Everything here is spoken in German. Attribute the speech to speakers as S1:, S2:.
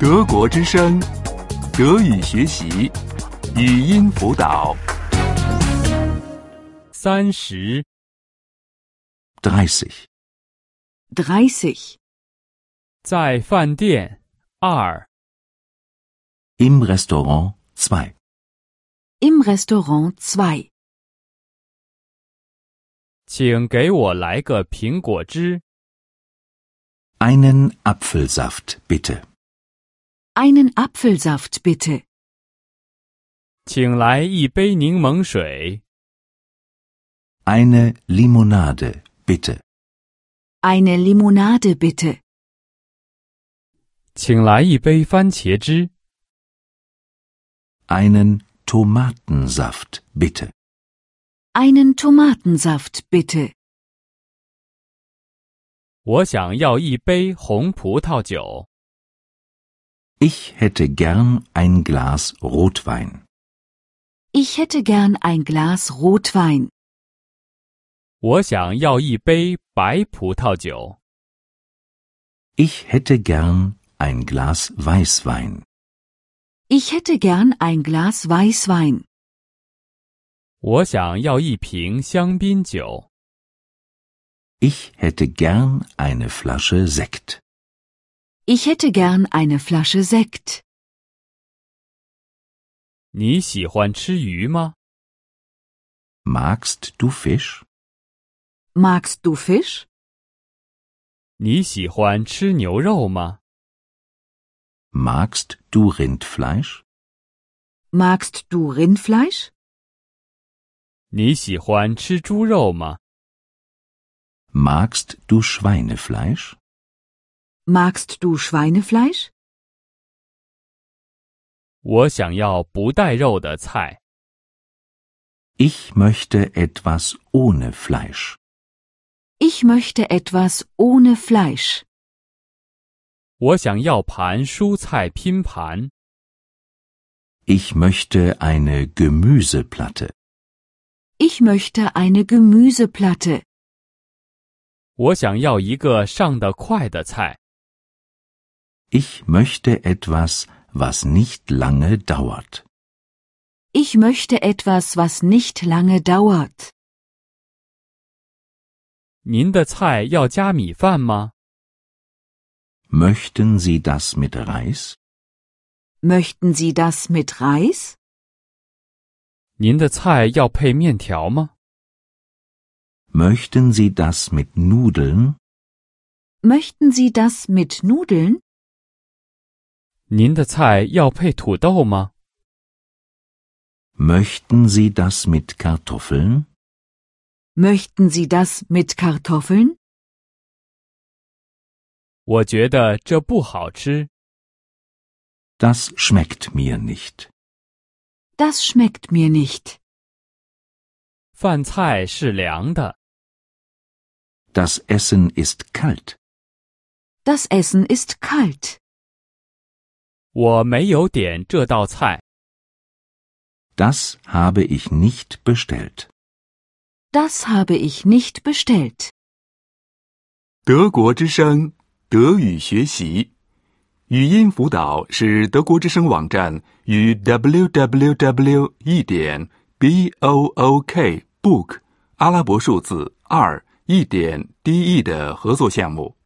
S1: 德国之声，德语学习，语音辅导。
S2: 三十，
S1: 30.
S3: 30.
S2: 在饭店二，
S1: Im Restaurant 2.
S3: Im Restaurant 2.
S2: 请给我来个苹果汁。
S1: Einen Apfelsaft bitte.
S3: Einen Apfelsaft bitte.
S2: 请来一杯柠檬水。
S1: Eine Limonade bitte.
S3: Eine Limonade bitte.
S2: 请来一杯番茄汁。
S1: Einen Tomatensaft bitte.
S3: Einen Tomatensaft bitte.
S2: 我想要一杯红葡萄酒。
S1: Ich hätte gern ein Glas Rotwein.
S3: Ich hätte gern ein Glas Rotwein.
S2: 我想要一杯白葡萄酒。
S1: Ich hätte gern ein Glas Weißwein.
S3: Ich hätte gern ein Glas Weißwein.
S2: 我想要一瓶香槟酒。
S1: Ich hätte gern eine Flasche Sekt.
S3: Ich hätte gern eine Flasche Sekt.
S2: 你喜欢吃鱼吗？
S1: Magst du Fisch?
S3: Magst du Fisch?
S2: 你喜欢吃牛肉吗？
S1: Magst du Rindfleisch?
S3: Magst du Rindfleisch?
S2: 你喜欢吃猪肉吗？
S1: Magst du Schweinefleisch?
S3: Magst du Schweinefleisch?
S2: 我想要不带肉的菜。
S1: Ich möchte etwas ohne Fleisch.
S3: Ich möchte etwas ohne Fleisch.
S2: 我想要盘蔬菜拼盘。
S1: Ich möchte eine Gemüseplatte.
S3: Ich möchte eine Gemüseplatte.
S2: 我想要一个上得快的菜。
S1: Ich möchte etwas, was nicht lange dauert.
S3: Ich möchte etwas, was nicht lange dauert.
S2: 您的菜要加米饭吗？
S1: Möchten Sie das mit Reis?
S3: Möchten Sie das mit Reis?
S2: 您的菜要配面条吗？
S1: Möchten Sie das mit Nudeln?
S3: Möchten Sie das mit Nudeln?
S2: 您的菜要配土豆吗？
S1: Möchten Sie das mit Kartoffeln?
S3: Möchten Sie das mit Kartoffeln?
S2: 我觉得这不好吃。
S1: Das schmeckt mir nicht.
S3: Das schmeckt mir nicht.
S2: 饭菜是凉的，
S1: Das Essen ist kalt.
S3: Das Essen ist kalt.
S2: 我没有点这道菜。
S1: Das habe ich nicht bestellt.
S3: Das habe ich nicht bestellt.
S1: 德国之声，德语学习，语音辅导是德国之声网站与 www. 一点 b o o k book 阿拉伯数字二一点 d e 的合作项目。